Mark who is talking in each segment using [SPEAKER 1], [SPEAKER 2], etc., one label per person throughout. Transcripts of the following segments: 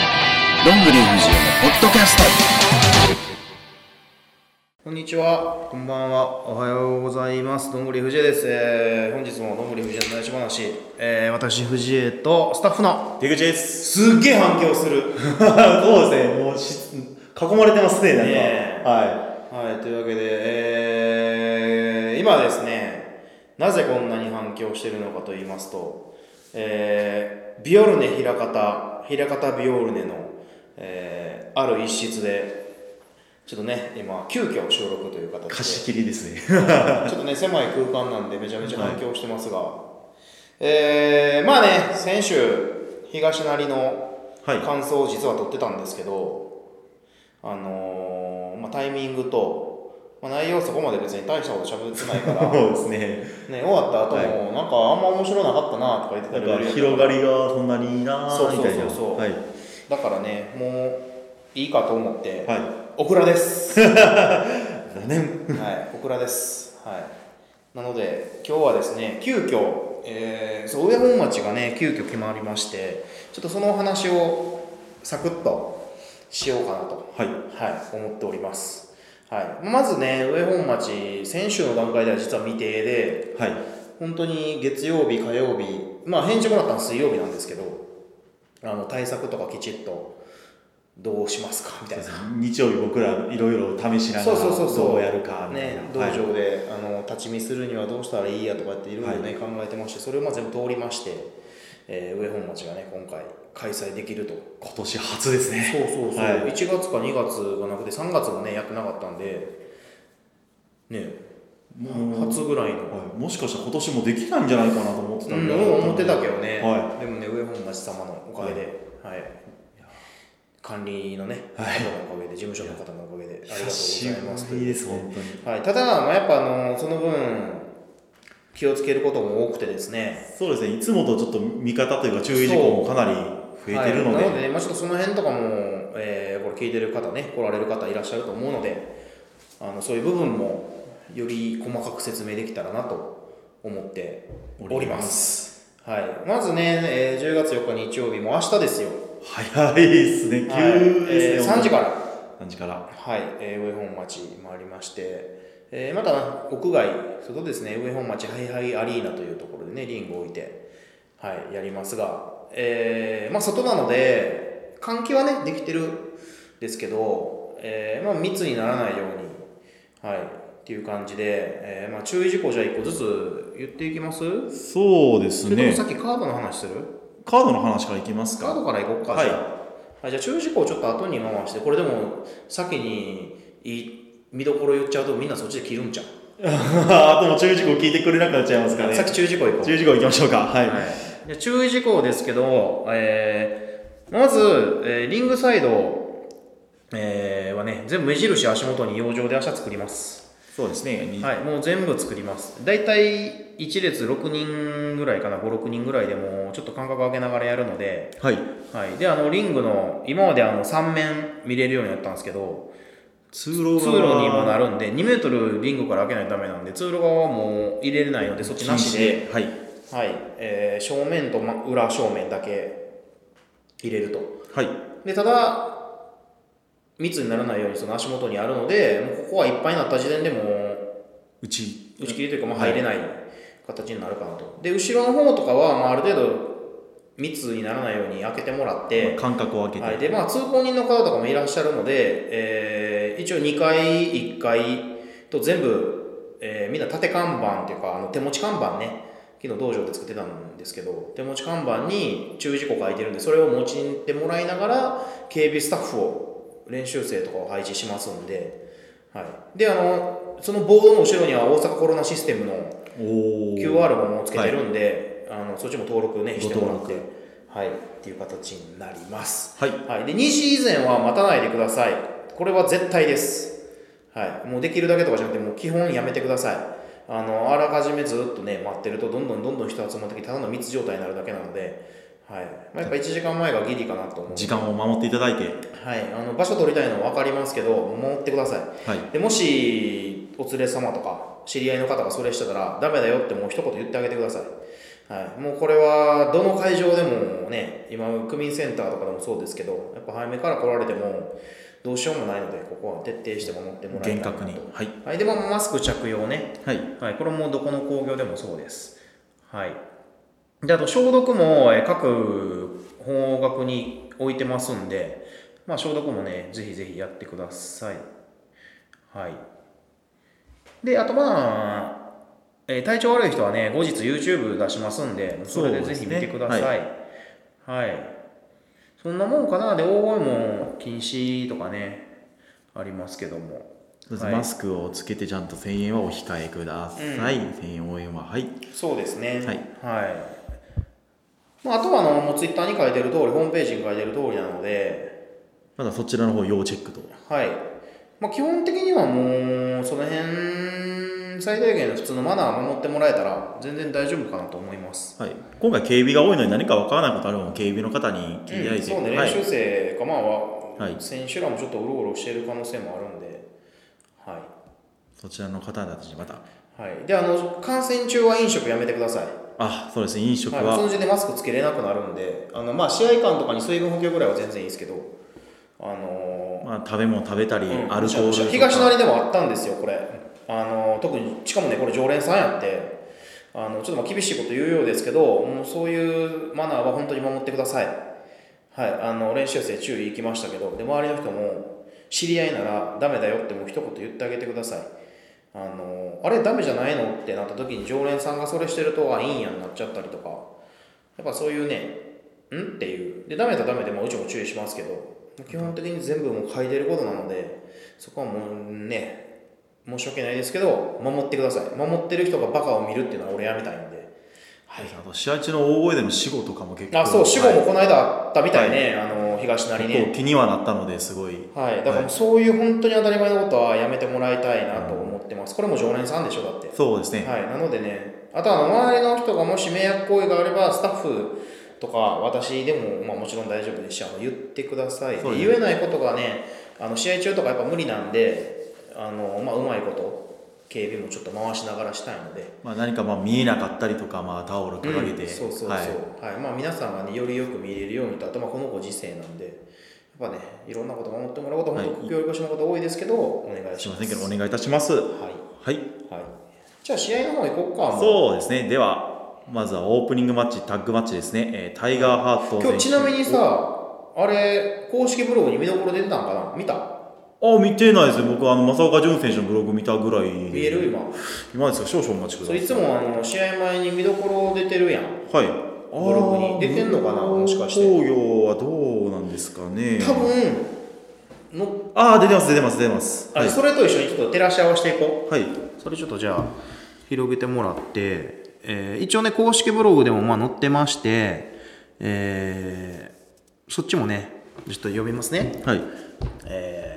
[SPEAKER 1] どんぐり藤枝のポッドキャス
[SPEAKER 2] こんにちは、こんばんは、おはようございます。どんぐり藤江です。えー本日もどんぐり藤江の内緒話、えー私藤江とスタッフの、
[SPEAKER 3] 出口です。
[SPEAKER 2] すっげえ反響する。
[SPEAKER 3] そうですね、もうし囲まれてますね、なんか。
[SPEAKER 2] ねえ
[SPEAKER 3] は
[SPEAKER 2] はい、というわけで、えー今ですね、なぜこんなに反響しているのかと言いますと、えービオルネ平方、平方ビオルネの、えーある一室で、ちょっとね、今、急遽収録という形で。
[SPEAKER 3] い。貸し切りですね。
[SPEAKER 2] ちょっとね、狭い空間なんで、めちゃめちゃ反響してますが、えー、まあね、先週、東成の
[SPEAKER 3] はい
[SPEAKER 2] 感想を実は撮ってたんですけど、あのーまあ、タイミングと、まあ、内容そこまで別に大したこと喋ってないから、ね、
[SPEAKER 3] そうです
[SPEAKER 2] 終わった後も、なんかあんま面白なかったなとか言って
[SPEAKER 3] ね。
[SPEAKER 2] た
[SPEAKER 3] なんか
[SPEAKER 2] り
[SPEAKER 3] 広がりがそんなにいいな
[SPEAKER 2] そう
[SPEAKER 3] ー
[SPEAKER 2] そ
[SPEAKER 3] み
[SPEAKER 2] うそう
[SPEAKER 3] たいな。
[SPEAKER 2] そう
[SPEAKER 3] はい。
[SPEAKER 2] だからね、もういいかと思って、
[SPEAKER 3] は
[SPEAKER 2] オクラです。
[SPEAKER 3] い。何年
[SPEAKER 2] はい、オクラです。はい。なので、今日はですね、急遽、えー、そう上本町がね、急遽決まりまして、ちょっとそのお話をサクッとしようかなと、
[SPEAKER 3] はい。
[SPEAKER 2] はい、思っております。はい、まずね、上本町、先週の段階では実は未定で、
[SPEAKER 3] はい。
[SPEAKER 2] 本当に月曜日、火曜日、まあ、返事もらったのは水曜日なんですけど、あの対策とかきちっと、どうしますかみたいな。
[SPEAKER 3] 日曜日僕らいろいろ試しなが
[SPEAKER 2] そう
[SPEAKER 3] ら
[SPEAKER 2] そうそうそう
[SPEAKER 3] どうやるかみたい
[SPEAKER 2] ね
[SPEAKER 3] な。、
[SPEAKER 2] 道
[SPEAKER 3] はい
[SPEAKER 2] 場で、あの立ち見するにはどうしたらいいやとかっていろいろね、考えてましてそれをまあ全部通りまして、えー上本町がね今回開催できると
[SPEAKER 3] 今年初ですね。
[SPEAKER 2] そうそうそう、
[SPEAKER 3] はい
[SPEAKER 2] 1月か2月がなくて3月もねやってなかったんでね
[SPEAKER 3] もう
[SPEAKER 2] 初ぐらいの、
[SPEAKER 3] はいもしかしたら今年もできないんじゃないかなと思ってた
[SPEAKER 2] うん
[SPEAKER 3] んで。
[SPEAKER 2] 思ってたけどね、
[SPEAKER 3] は
[SPEAKER 2] でもね上本町様のおかげではい、管理のね、
[SPEAKER 3] はい
[SPEAKER 2] 方のおかげで事務所の方のおかげでありがとうご
[SPEAKER 3] 久し
[SPEAKER 2] ざいます
[SPEAKER 3] ぶりです、本当に。
[SPEAKER 2] はい、ただ、まあ、やっぱあのその分気をつけることも多くてですね
[SPEAKER 3] そうですね、いつもとちょっと見方というか注意事項もかなり増えてるの
[SPEAKER 2] はい、
[SPEAKER 3] で。
[SPEAKER 2] なのでね、まあ、ちょっとその辺とかも、えーこれ聞いてる方ね来られる方いらっしゃると思うのであのそういう部分もより細かく説明できたらなと思っておりますはい、まずね、えー10月4日日曜日もう明日ですよ、
[SPEAKER 3] 早いですね、急
[SPEAKER 2] はいえ
[SPEAKER 3] で
[SPEAKER 2] ー
[SPEAKER 3] すね。
[SPEAKER 2] 3時から
[SPEAKER 3] 3時から。
[SPEAKER 2] はい、えー上本町回りまして、えーまた屋外、外ですね、上本町ハイハイアリーナというところでね、リングを置いて、はい、やりますが、えーまあ、外なので、換気はね、できてるんですけど、えーまあ、密にならないように、はい、っていう感じで、えーまあ、注意事項じゃあ1個ずつ言っていきます
[SPEAKER 3] そうです
[SPEAKER 2] それとも
[SPEAKER 3] ね
[SPEAKER 2] さ。っきカードの話する
[SPEAKER 3] カードの話からいきます
[SPEAKER 2] カー
[SPEAKER 3] か。
[SPEAKER 2] ドからいこうか、
[SPEAKER 3] はい
[SPEAKER 2] じゃあはい、じゃあ注意事項をちょっと後に回してこれでも先にい見どころ言っちゃうとみんなそっちで切るんちゃう、
[SPEAKER 3] あともう注意事項聞いてくれなくなっちゃいますからね
[SPEAKER 2] さっ。き注意事項いこう
[SPEAKER 3] 注意事項いきましょうか。はい。
[SPEAKER 2] はいじゃあ注意事項ですけど、えーまず、えーリングサイド、えーはね全部目印足元に養生で足作ります
[SPEAKER 3] そうですね。に
[SPEAKER 2] はいもう全部作ります大体1列6人ぐらいかな56人ぐらいでもうちょっと間隔空けながらやるので
[SPEAKER 3] はい。
[SPEAKER 2] はい、であのリングの今まであの3面見れるようになったんですけど
[SPEAKER 3] 通路
[SPEAKER 2] 通路にもなるんで2メートルリングから開けないとダメなんで通路側はもう入れれないのでそっちなしで、。
[SPEAKER 3] はい。
[SPEAKER 2] はいえー正面とま裏正面だけ入れると
[SPEAKER 3] はい。
[SPEAKER 2] でただ密にならないようにその足元にあるのでもうここはいっぱいになった時点でもう
[SPEAKER 3] うち。
[SPEAKER 2] 打ち切りというか、まあ、入れない形になるかなと、で後ろの方とかは、まあ、ある程度密にならないように開けてもらって、
[SPEAKER 3] まあ間隔を空けて。
[SPEAKER 2] はい、でまあ通行人の方とかもいらっしゃるので、えー一応2階1階と全部、えーみんな縦看板っていうかあの手持ち看板ね昨日道場で作ってたんですけど手持ち看板に注意事項書いてるんでそれを持ちに行ってもらいながら警備スタッフを練習生とかを配置しますんで、はい、であのそのボードの後ろには大阪コロナシステムの
[SPEAKER 3] おお。
[SPEAKER 2] QR ももうつけてるんで、あのそっちも登録ねしてもらっ
[SPEAKER 3] ご
[SPEAKER 2] て
[SPEAKER 3] 登、
[SPEAKER 2] はい、っていう形になります、
[SPEAKER 3] はい。
[SPEAKER 2] はい、で2時以前は待たないでくださいこれは絶対です、はい、もうできるだけとかじゃなくてもう基本やめてくださいあのあらかじめずっとね待ってるとどんどんどんどん人集まってきてただの密状態になるだけなので、はいまあ、やっぱ1時間前がギリかなと思う
[SPEAKER 3] 時間を守っていただいて。
[SPEAKER 2] はい、あの場所取りたいのは分かりますけど守ってください
[SPEAKER 3] はい。
[SPEAKER 2] でもしお連れ様とか知り合いの方がそれしてたらダメだよってもう一言言ってあげてください、はい、もうこれはどの会場でもね今区民センターとかでもそうですけどやっぱ早めから来られてもどうしようもないのでここは徹底して守ってもらいたい
[SPEAKER 3] 厳
[SPEAKER 2] なと
[SPEAKER 3] 格に。はい。
[SPEAKER 2] はい、でもマスク着用ね、
[SPEAKER 3] はい。
[SPEAKER 2] はい、これもどこの工業でもそうです。はい、であと消毒もえー各方角に置いてますんで、まあ、消毒もねぜひぜひやってください。はい、であとまあ、えー体調悪い人はね後日 YouTube 出しますんでそれでぜひ見てください。
[SPEAKER 3] そう
[SPEAKER 2] はい、そんなもんかなで大声も禁止とかねありますけども。はい
[SPEAKER 3] マスクをつけてちゃんと1000円はお控えください。1000円応援は。はい。
[SPEAKER 2] そうですね
[SPEAKER 3] は
[SPEAKER 2] は
[SPEAKER 3] い
[SPEAKER 2] いまあ、あとはあのもうツイッターに書いてる通りホームページに書いてる通りなので、
[SPEAKER 3] まだそちらの方要チェックと。
[SPEAKER 2] はいまあ、基本的にはもうその辺最大限の普通のマナーを守ってもらえたら全然大丈夫かなと思います
[SPEAKER 3] はい。今回警備が多いのに何かわからないことあるのも警備の方に聞いていただいて。
[SPEAKER 2] うん、そうね、
[SPEAKER 3] はい
[SPEAKER 2] 練習生かまあは、
[SPEAKER 3] はい
[SPEAKER 2] 選手らもちょっとうろうろしてる可能性もあるんではい
[SPEAKER 3] そちらの方たちにまた。
[SPEAKER 2] はい、であの感染中は飲食やめてください、
[SPEAKER 3] あ、そうですね。飲食
[SPEAKER 2] はい、そ
[SPEAKER 3] は。
[SPEAKER 2] の時点でマスクつけれなくなるんであの、まあ、試合間とかに水分補給ぐらいは全然いいですけど、あのー
[SPEAKER 3] まあ、食べ物食べたり、
[SPEAKER 2] うん
[SPEAKER 3] アルコールとか。
[SPEAKER 2] 東成でもあったんですよこれあの特にしかもねこれ常連さんやってあのちょっとまあ厳しいこと言うようですけどもうそういうマナーは本当に守ってくださいはいあの練習生注意行きましたけどで周りの人も知り合いならダメだよってもう一言言ってあげてくださいあのあれダメじゃないのってなった時に常連さんがそれしてるとあいいんやになっちゃったりとかやっぱそういうねんっていうでダメだダメでもうちも注意しますけど基本的に全部もう書いてることなのでそこはもうね申し訳ないですけど守ってください守ってる人がバカを見るっていうのは俺やめたいんで
[SPEAKER 3] はい、あと試合中の大声での死後とかも結構
[SPEAKER 2] あそう死後
[SPEAKER 3] はい
[SPEAKER 2] もこの間あったみたいね、あの東成
[SPEAKER 3] 結
[SPEAKER 2] ね
[SPEAKER 3] 構気にはなったのですごい
[SPEAKER 2] はいだからもうそういう本当に当たり前のことはやめてもらいたいなと思ってますこれも常連さんでしょだって
[SPEAKER 3] そうですね、
[SPEAKER 2] はい、なのでね、あとはあの周りの人がもし迷惑行為があれば、スタッフとか私でも、まあ、もちろん大丈夫ですし、あの言ってください、
[SPEAKER 3] そうですね
[SPEAKER 2] 言えないことがね、あの試合中とかやっぱ無理なんで、あのまあ、うまいこと、警備もちょっと回しながらしたいので。
[SPEAKER 3] まあ、何かまあ見えなかったりとか、まあ、タオル掲げて、
[SPEAKER 2] うんそうそうそう、
[SPEAKER 3] は、
[SPEAKER 2] はいいまあ、皆さんが、ね、よりよく見れるようにとあと、まあ、このご時世なんでやっぱねいろんなこと守ってもらうこと
[SPEAKER 3] はい
[SPEAKER 2] 本当ご協力してもらうこと多いですけど、お願い
[SPEAKER 3] す
[SPEAKER 2] し
[SPEAKER 3] い
[SPEAKER 2] ま
[SPEAKER 3] ますせんけどお願いいたしますは
[SPEAKER 2] はい、
[SPEAKER 3] い
[SPEAKER 2] はい、じゃあ試合の方行こうかもう
[SPEAKER 3] そうですねではまずはオープニングマッチタッグマッチですね、えータイガーハート
[SPEAKER 2] 今
[SPEAKER 3] 選
[SPEAKER 2] 日
[SPEAKER 3] 手
[SPEAKER 2] ちなみにさあれ公式ブログに見どころ出てたんかな見た
[SPEAKER 3] あ見てないですね僕はあの正岡潤選手のブログ見たぐらいで
[SPEAKER 2] 見える今
[SPEAKER 3] 今ですか少々お待ちく
[SPEAKER 2] そ
[SPEAKER 3] ださ
[SPEAKER 2] う
[SPEAKER 3] い
[SPEAKER 2] いつもあの試合前に見どころ出てるやん
[SPEAKER 3] はい
[SPEAKER 2] ブログに出てんのかなもしかして
[SPEAKER 3] 工業はどうなんですかね
[SPEAKER 2] 多分の
[SPEAKER 3] ああ出てます出てます出てます
[SPEAKER 2] あ
[SPEAKER 3] はい、
[SPEAKER 2] それと一緒にちょっと照らし合わせていこ
[SPEAKER 3] はい、
[SPEAKER 2] うそれちょっとじゃあ広げてもらって、えー一応ね公式ブログでもまあ載ってまして、えーそっちもねちょっと読みますね
[SPEAKER 3] はい、
[SPEAKER 2] えー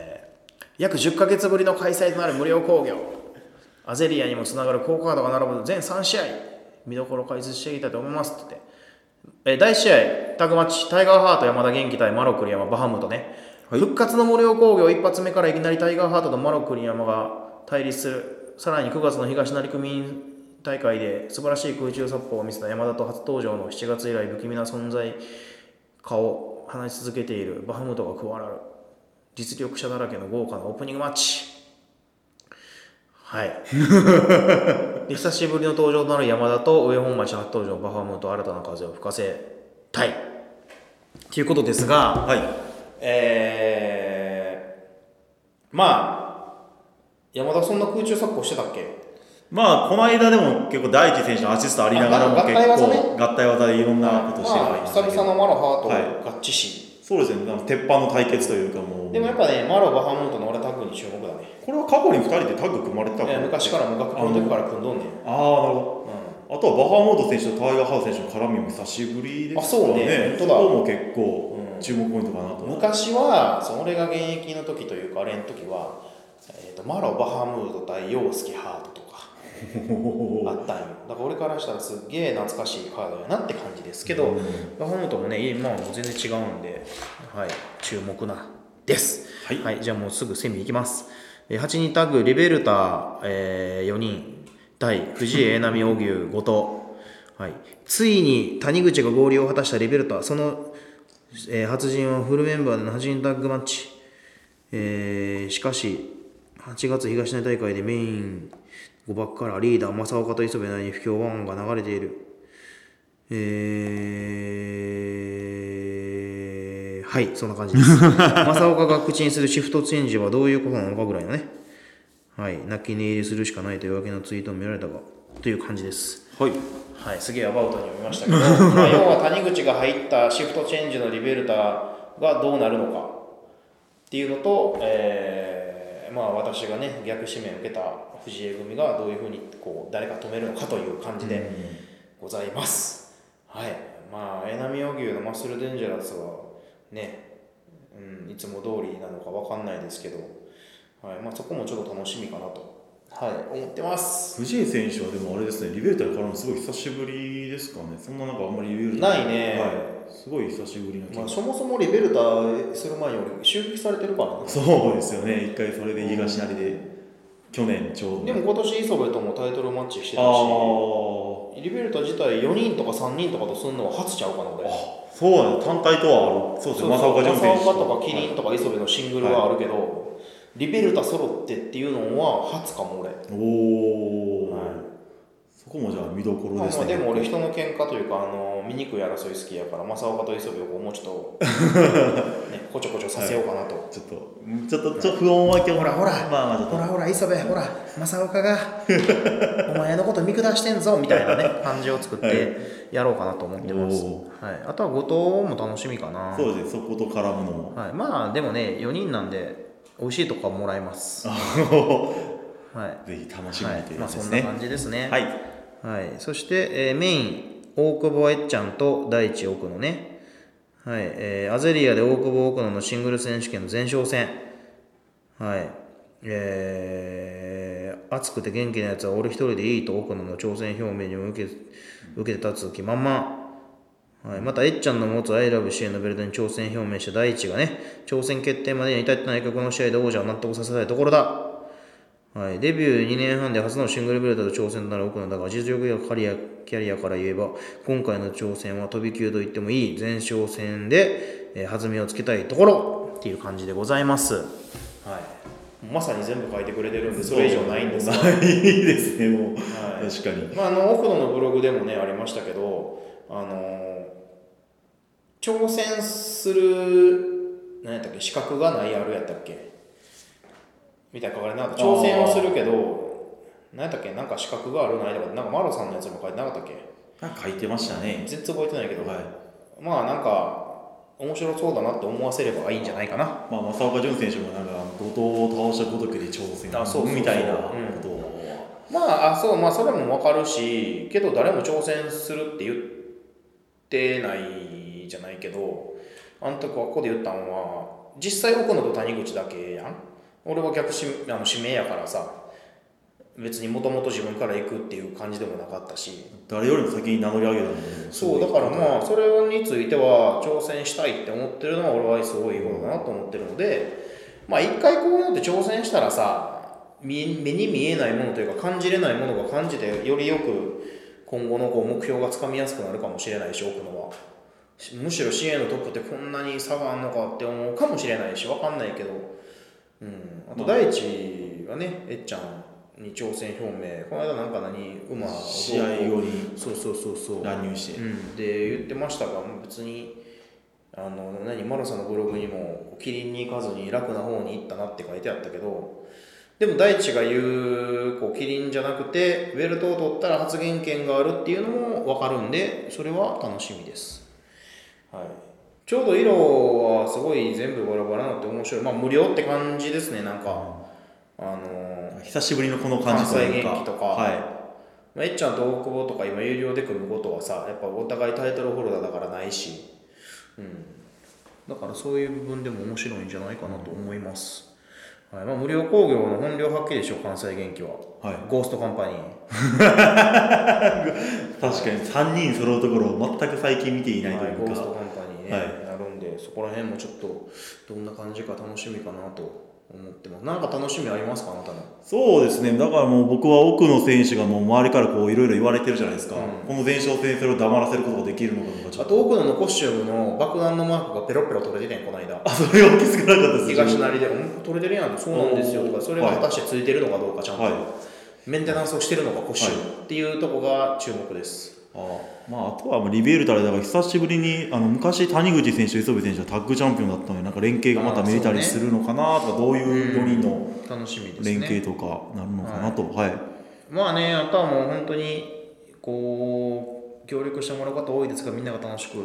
[SPEAKER 2] 約10ヶ月ぶりの開催となる無料興行アゼリアにもつながる好カードが並ぶ全3試合見どころを解説していきたいと思いますって言ってえー第1試合タグマッチタイガーハート山田元気対マロクリ山バハムとね、
[SPEAKER 3] はい
[SPEAKER 2] 復活の無料興行一発目からいきなりタイガーハートとマロクリ山が対立するさらに9月の東成区民大会で素晴らしい空中殺法を見せた山田と初登場の7月以来不気味な存在顔を放ち続けているバハムトが加わる実力者だらけの豪華なオープニングマッチはい で久しぶりの登場となる山田と上本町初登場のバハムト新たな風を吹かせたいということですが
[SPEAKER 3] はい
[SPEAKER 2] えー、まあ山田そんな空中殺法してたっけ
[SPEAKER 3] まあ、この間でも結構大地選手のアシストありながらも
[SPEAKER 2] あ合
[SPEAKER 3] 結
[SPEAKER 2] 体技ね
[SPEAKER 3] 構合体技でいろんなことをしてる
[SPEAKER 2] まあ、久々のマロハート合致し、
[SPEAKER 3] そうですね、なんか鉄板の対決というかもう、
[SPEAKER 2] でもやっぱねマロバハムトの俺タッグに注目だね
[SPEAKER 3] これは過去に2人でタッグ組まれてたから、
[SPEAKER 2] えー昔からもう学校の時から組んどんねん
[SPEAKER 3] ああ、なるほど。あとはバハモード選手とタイガーハウス選手の絡みも久しぶりですから
[SPEAKER 2] あそうね
[SPEAKER 3] そ
[SPEAKER 2] 本当だ
[SPEAKER 3] こも結構注目ポイントかなと。
[SPEAKER 2] 昔はその俺が現役の時というかあれの時は、えー、とマロ・バハムード対陽介ハートとか あったんよだから俺からしたらすっげえ懐かしいカードやなって感じですけど、バハムードもね今はもう全然違うんで、はい、注目なです
[SPEAKER 3] はい
[SPEAKER 2] じゃあもうすぐセミいきますえー8人タッグリベルタ、え4人対藤井永波荻生後藤はい、ついに谷口が合流を果たしたリベルタその、えー初陣はフルメンバーでの初陣タッグマッチ、えーしかし8月東根大会でメイン誤爆からリーダー正岡と磯部内に不協和音が流れているえーはいそんな感じです正岡が口にするシフトチェンジはどういうことなのかぐらいのねはい泣き寝入りするしかないというわけのツイートも見られたがという感じです
[SPEAKER 3] はい
[SPEAKER 2] はい、すげえアバウトに読みましたけど、まあ要は谷口が入ったシフトチェンジのリベルタがどうなるのかっていうのと、えーまあ、私がね逆指名を受けた藤江組がどういうふうにこう誰か止めるのかという感じでございます。はいまあ、江波和牛のマッスルデンジャラスはね、うん、いつも通りなのかわかんないですけど、はいまあ、そこもちょっと楽しみかなと、はい、思ってます。
[SPEAKER 3] 藤井選手はでもあれですねリベルタに絡むのすごい久しぶりですかねそんななんかあんまりリベルタ
[SPEAKER 2] ないね
[SPEAKER 3] はい、すごい久しぶりな気
[SPEAKER 2] ま
[SPEAKER 3] が
[SPEAKER 2] あ、そもそもリベルタする前に俺襲撃されてるからね
[SPEAKER 3] そうですよね一回それで東成で去年ちょうど
[SPEAKER 2] でも今年磯部ともタイトルマッチしてたし
[SPEAKER 3] あ
[SPEAKER 2] リベルタ自体4人とか3人とかとすんのは初ちゃうかな俺
[SPEAKER 3] ああそうなんだ単体とはあるそうですね正岡ジョン選手
[SPEAKER 2] 正岡とかキリンとか磯部のシングルはあるけど、リベルタ揃ってっていうのは初かも俺
[SPEAKER 3] おお、
[SPEAKER 2] はい
[SPEAKER 3] そこもじゃあ見どころ
[SPEAKER 2] まあ
[SPEAKER 3] です
[SPEAKER 2] まあ
[SPEAKER 3] ね
[SPEAKER 2] でも俺人の喧嘩というかあの醜い争い好きやから正岡と磯部をこうもうちょっと、 ね、こちょこちょさせようかなと、
[SPEAKER 3] ちょっとちょっとちょっと不穏は今日
[SPEAKER 2] ほらほら
[SPEAKER 3] まあまあちょっと
[SPEAKER 2] ほらほら磯部ほら正岡 がお前のこと見下してんぞみたいなね 感じを作ってやろうかなと思ってます、
[SPEAKER 3] お
[SPEAKER 2] はい、あとは後藤も楽しみかな
[SPEAKER 3] そうですねそこと絡むのも
[SPEAKER 2] はい、まあでもね4人なんで美味しいとこはもらえますは
[SPEAKER 3] あぜひ楽
[SPEAKER 2] い、
[SPEAKER 3] しみ
[SPEAKER 2] は
[SPEAKER 3] に
[SPEAKER 2] い
[SPEAKER 3] という
[SPEAKER 2] ま
[SPEAKER 3] こ
[SPEAKER 2] あ、
[SPEAKER 3] と
[SPEAKER 2] そ
[SPEAKER 3] で
[SPEAKER 2] んな
[SPEAKER 3] すね、
[SPEAKER 2] 感じですね
[SPEAKER 3] はい、
[SPEAKER 2] はい、そして、えーメイン大久保えっちゃんと第一奥野ね、はいえーアゼリアで大久保奥野のシングル選手権の前哨戦はいえー熱くて元気なやつは俺一人でいいと奥野の挑戦表明にも受け受けて立つ気満々はい、また、えっちゃんの持つ I love CN のベルトに挑戦表明した第一がね、挑戦決定までに至ってないかこの試合で王者を納得させたいところだ。はい、デビュー2年半で初のシングルベルトで挑戦となる奥野だが、実力やキャリアキャリアから言えば、今回の挑戦は飛び級と言ってもいい前哨戦で、えー弾みをつけたいところっていう感じでございます。はい、まさに全部書いてくれてるんで、それ以上ないんですが
[SPEAKER 3] ないですねもう、
[SPEAKER 2] はい
[SPEAKER 3] 確かに
[SPEAKER 2] まあ、あの奥野のブログでもねありましたけど、あの挑戦する何やったっけ資格がないあるやったっけみたいな書かれてなかった挑戦をするけど何やったっけなんか資格があるないとかなんかマロさんのやつも書いてなかったっけ
[SPEAKER 3] なんか書いてましたね
[SPEAKER 2] 全然覚えてないけど、
[SPEAKER 3] はい
[SPEAKER 2] まあなんか面白そうだなって思わせればいいんじゃないかな
[SPEAKER 3] まあ、正岡潤選手もなんか怒涛を倒したごとくで挑戦
[SPEAKER 2] あそうそうそう
[SPEAKER 3] みたいなことを、
[SPEAKER 2] まあ、あそう、まあ、それもわかるし、けど誰も挑戦するって言ってないじゃないけど、あの時はここで言ったんは、実際奥野と谷口だけやん。俺は逆しあの指名やからさ、別にもともと自分から行くっていう感じでもなかったし、
[SPEAKER 3] 誰よりも先に名乗り上げたのもす
[SPEAKER 2] そ
[SPEAKER 3] ご
[SPEAKER 2] う、
[SPEAKER 3] い
[SPEAKER 2] だからまあ、それについては挑戦したいって思ってるのは、俺はすごいことだなと思ってるので、まあ、一回こういうのって挑戦したらさ、見目に見えないものというか、感じれないものが感じて、よりよく今後のこう目標がつかみやすくなるかもしれないし、奥野は。しむしろ CA のトップってこんなに差があんのかって思うかもしれないし、わかんないけど、うん、あと第一はね、えっちゃんに挑戦表明、この間なんか何、馬をどうこう
[SPEAKER 3] 試合後に
[SPEAKER 2] そうそうそうそう。
[SPEAKER 3] 乱入して、
[SPEAKER 2] うん、で言ってましたがもう別にあの何マロさんのブログにも「キリンに行かずに楽な方に行ったな」って書いてあったけどでも大地が言うこうキリンじゃなくてベルトを取ったら発言権があるっていうのも分かるんでそれは楽しみです、はい、ちょうど色はすごい全部バラバラなのって面白いまあ無料って感じですねなんか、あのー
[SPEAKER 3] 久しぶりのこの感じというか
[SPEAKER 2] 関西元気とか
[SPEAKER 3] は
[SPEAKER 2] まあ、えっちゃんと大久保とか今有料で組むことはさやっぱお互いタイトルホルダーだからないし、うん、だからそういう部分でも面白いんじゃないかなと思います、はいまあ、無料工業の本領発揮でしょ関西元気は、
[SPEAKER 3] はい
[SPEAKER 2] ゴーストカンパニー
[SPEAKER 3] い、確かに3人揃うところを全く最近見ていないと
[SPEAKER 2] はいいゴ
[SPEAKER 3] う
[SPEAKER 2] ース
[SPEAKER 3] か、
[SPEAKER 2] トカンパニーね、
[SPEAKER 3] は
[SPEAKER 2] なるんでそこら辺もちょっとどんな感じか楽しみかなと思ってますなんか楽しみありますかあなたの
[SPEAKER 3] そうですねだからもう僕は奥の選手がもう周りからこういろいろ言われてるじゃないですか、
[SPEAKER 2] うん
[SPEAKER 3] この前哨戦それを黙らせることができるのかとかちょ
[SPEAKER 2] あ
[SPEAKER 3] っ
[SPEAKER 2] と奥野のコスチュームの爆弾のマークがペロペロ取れててんこの間
[SPEAKER 3] あそれは気づかなかったです
[SPEAKER 2] 東成で「うん取れてるやん」そうなんですよと
[SPEAKER 3] お
[SPEAKER 2] か
[SPEAKER 3] ー
[SPEAKER 2] それが果たしてついてるのかどうかちゃんと、
[SPEAKER 3] はい
[SPEAKER 2] メンテナンスをしてるのかコッシュ、っていうとこが注目です
[SPEAKER 3] あまあ、あとはもうリベールタルだから久しぶりにあの昔谷口選手磯部選手がタッグチャンピオンだったのでなんか連携がまた見れたり
[SPEAKER 2] あーそ
[SPEAKER 3] す
[SPEAKER 2] うね
[SPEAKER 3] るのかなとかどういう4人の
[SPEAKER 2] 楽しみですね
[SPEAKER 3] 連携とかなるのかなと、はい
[SPEAKER 2] まあねあとはもう本当にこう協力してもらう方多いですがみんなが楽しく
[SPEAKER 3] は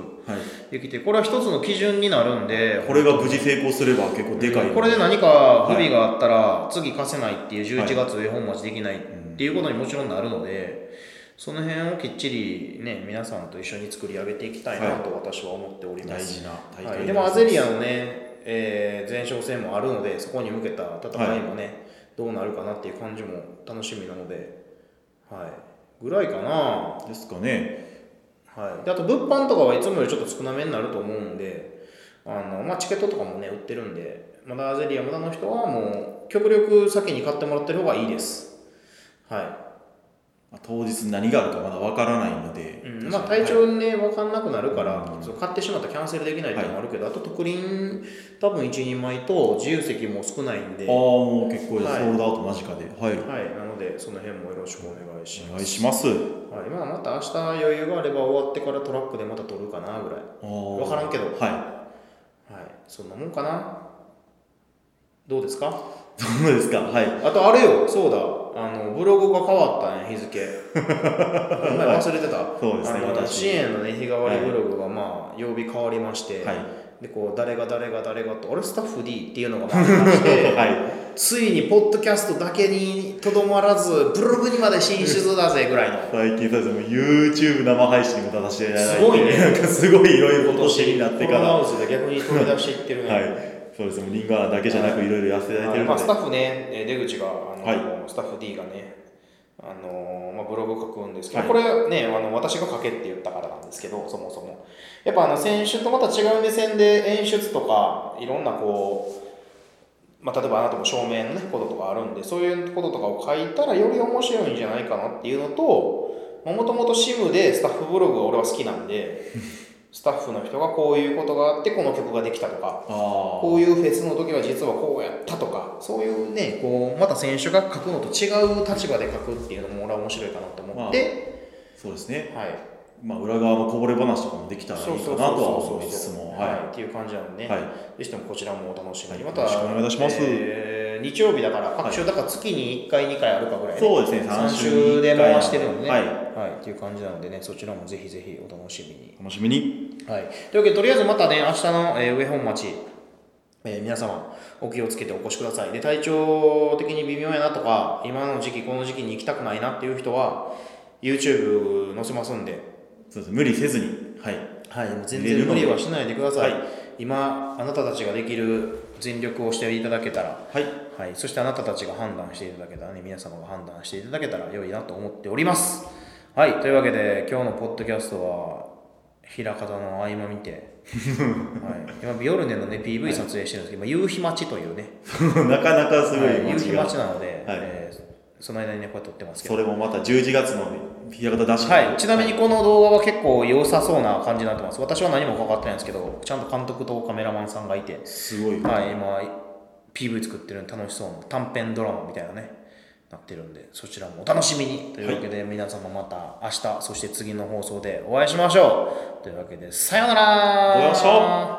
[SPEAKER 3] い
[SPEAKER 2] できてこれは一つの基準になるんで
[SPEAKER 3] これが無事成功すれば結構でかい、
[SPEAKER 2] これで何か不備があったら次貸せないっていう11月絵本持ちできないっていうことにもちろんなるのでその辺をきっちりね皆さんと一緒に作り上げていきたいなと私は思っておりま
[SPEAKER 3] 大
[SPEAKER 2] す、
[SPEAKER 3] 事な大
[SPEAKER 2] は
[SPEAKER 3] 会
[SPEAKER 2] い、
[SPEAKER 3] に
[SPEAKER 2] で
[SPEAKER 3] な
[SPEAKER 2] もア
[SPEAKER 3] りそう
[SPEAKER 2] ゼ
[SPEAKER 3] です
[SPEAKER 2] リアのね、えー前哨戦もあるのでそこに向けた戦いもね、どうなるかなっていう感じも楽しみなのではいぐらいかな
[SPEAKER 3] ですかね
[SPEAKER 2] はい、であと物販とかはいつもよりちょっと少なめになると思うんであの、まあ、チケットとかもね売ってるんでまだアゼリアまだの人はもう極力先に買ってもらってる方がいいですは
[SPEAKER 3] まあ当日何があるかまだわからないので
[SPEAKER 2] い、、うんまあ、
[SPEAKER 3] 確かに
[SPEAKER 2] 体調にね分かんなくなるから、
[SPEAKER 3] うん
[SPEAKER 2] そう買ってしまったらキャンセルできないっていうのもあるけど、あと特輪多分1人前と自由席も少ないんで
[SPEAKER 3] ああ
[SPEAKER 2] は
[SPEAKER 3] もう結構ソ
[SPEAKER 2] はい
[SPEAKER 3] ールドアウト間近ではい、
[SPEAKER 2] いなのでその辺もよろしくお願いし
[SPEAKER 3] お
[SPEAKER 2] ま
[SPEAKER 3] 願い
[SPEAKER 2] す、
[SPEAKER 3] します
[SPEAKER 2] はいまあ、また明日余裕があれば終わってからトラックでまた撮るかなぐらい
[SPEAKER 3] わ
[SPEAKER 2] わからんけどは
[SPEAKER 3] は
[SPEAKER 2] い、そんなもんかな。どうですか
[SPEAKER 3] いどうですかはい
[SPEAKER 2] あとあれよ、そうだ、あのブログが変わったね、日 付。お前忘れてた。
[SPEAKER 3] そうですね
[SPEAKER 2] あの
[SPEAKER 3] 私
[SPEAKER 2] 支援のね、日替わりブログが、まあ、曜日変わりまして、
[SPEAKER 3] はい
[SPEAKER 2] でこう誰が誰が誰がと、あれ、スタッフ D っていうのがまあありまして、
[SPEAKER 3] はい
[SPEAKER 2] ついにポッドキャストだけにとどまらず、ブログにまで進出だぜぐらいの。
[SPEAKER 3] 最近そうですねもう YouTube 生配信も出させていただいて
[SPEAKER 2] すごいね
[SPEAKER 3] なんかすごいいろいろ今年になって
[SPEAKER 2] コ
[SPEAKER 3] か
[SPEAKER 2] ロ
[SPEAKER 3] ら
[SPEAKER 2] ナウ
[SPEAKER 3] は
[SPEAKER 2] イルスで逆に飛び出していってるね。
[SPEAKER 3] いそうですねもうリンガーだけじゃなくいろいろやらせていただいてる
[SPEAKER 2] ま
[SPEAKER 3] の
[SPEAKER 2] あ、
[SPEAKER 3] で
[SPEAKER 2] スタッフね、えー出口が、あの
[SPEAKER 3] はい
[SPEAKER 2] スタッフ D がね、あのーまあ、ブログ書くんですけど、
[SPEAKER 3] はい
[SPEAKER 2] これねあの、私が書けって言ったからなんですけど、そもそも。やっぱあの選手とまた違う目線で演出とか、いろんなこう、まあ、例えばあなたも照明の、ね、こととかあるんで、そういうこととかを書いたら、より面白いんじゃないかなっていうのと、もともと SIM でスタッフブログが俺は好きなん で、スタッフの人がこういうことがあって、この曲ができたとか。
[SPEAKER 3] あ
[SPEAKER 2] こういうフェスの時は実はこうやったとかそういうねこうまた選手が書くのと違う立場で書くっていうのも俺は面白いかなと思って、
[SPEAKER 3] あそうですね
[SPEAKER 2] はい
[SPEAKER 3] まあ裏側のこぼれ話とかもできたらいいかなとは思いつつも
[SPEAKER 2] はい、
[SPEAKER 3] は
[SPEAKER 2] っていう感じなので、
[SPEAKER 3] い
[SPEAKER 2] ね
[SPEAKER 3] はい
[SPEAKER 2] ぜひともこちらもお楽しみに、
[SPEAKER 3] は
[SPEAKER 2] ま
[SPEAKER 3] い
[SPEAKER 2] た
[SPEAKER 3] よろしくお願いいたします
[SPEAKER 2] えー日曜日だから各週だから月に1回2回あるかぐらい、
[SPEAKER 3] そうですね
[SPEAKER 2] 3
[SPEAKER 3] 三週
[SPEAKER 2] 週で
[SPEAKER 3] に一回
[SPEAKER 2] 回してるのでね
[SPEAKER 3] はい
[SPEAKER 2] はい、っていう感じなのでねそちらもぜひぜひお楽しみに
[SPEAKER 3] 楽しみに
[SPEAKER 2] はい、というわけでとりあえずまたね明日の、えー上本町、えー皆様お気をつけてお越しくださいで体調的に微妙やなとか今の時期この時期に行きたくないなっていう人は YouTube 載せますんで、
[SPEAKER 3] そうです無理せずにはい
[SPEAKER 2] はい、もう全
[SPEAKER 3] 入れ
[SPEAKER 2] 然
[SPEAKER 3] るの
[SPEAKER 2] 無
[SPEAKER 3] も
[SPEAKER 2] 理はしないでください、
[SPEAKER 3] はい
[SPEAKER 2] 今あなたたちができる全力をしていただけたら
[SPEAKER 3] はい
[SPEAKER 2] はい、そしてあなたたちが判断していただけたらね、皆様が判断していただけたら良いなと思っております。はい、というわけで、今日のポッドキャストは、平方の合間見 て、はい、今、ビオルネの、ね、PV 撮影してるんですけど、今夕日待ちというね、
[SPEAKER 3] なかなかすごい
[SPEAKER 2] はい夕日
[SPEAKER 3] 街が
[SPEAKER 2] 待ちなので、えーその間にね、こうやって撮ってますけ
[SPEAKER 3] そ
[SPEAKER 2] ど、
[SPEAKER 3] れもまた11月の平方出し
[SPEAKER 2] はい、ちなみにこの動画は結構良さそうな感じになってます。私は何もかかってないんですけど、ちゃんと監督とカメラマンさんがいて、
[SPEAKER 3] すごい
[SPEAKER 2] はい、今 PV 作ってるの楽しそうな短編ドラマみたいなねなってるんでそちらもお楽しみにというわけで、皆様また明日そして次の放送でお会いしましょうというわけでさようなら
[SPEAKER 3] ご了承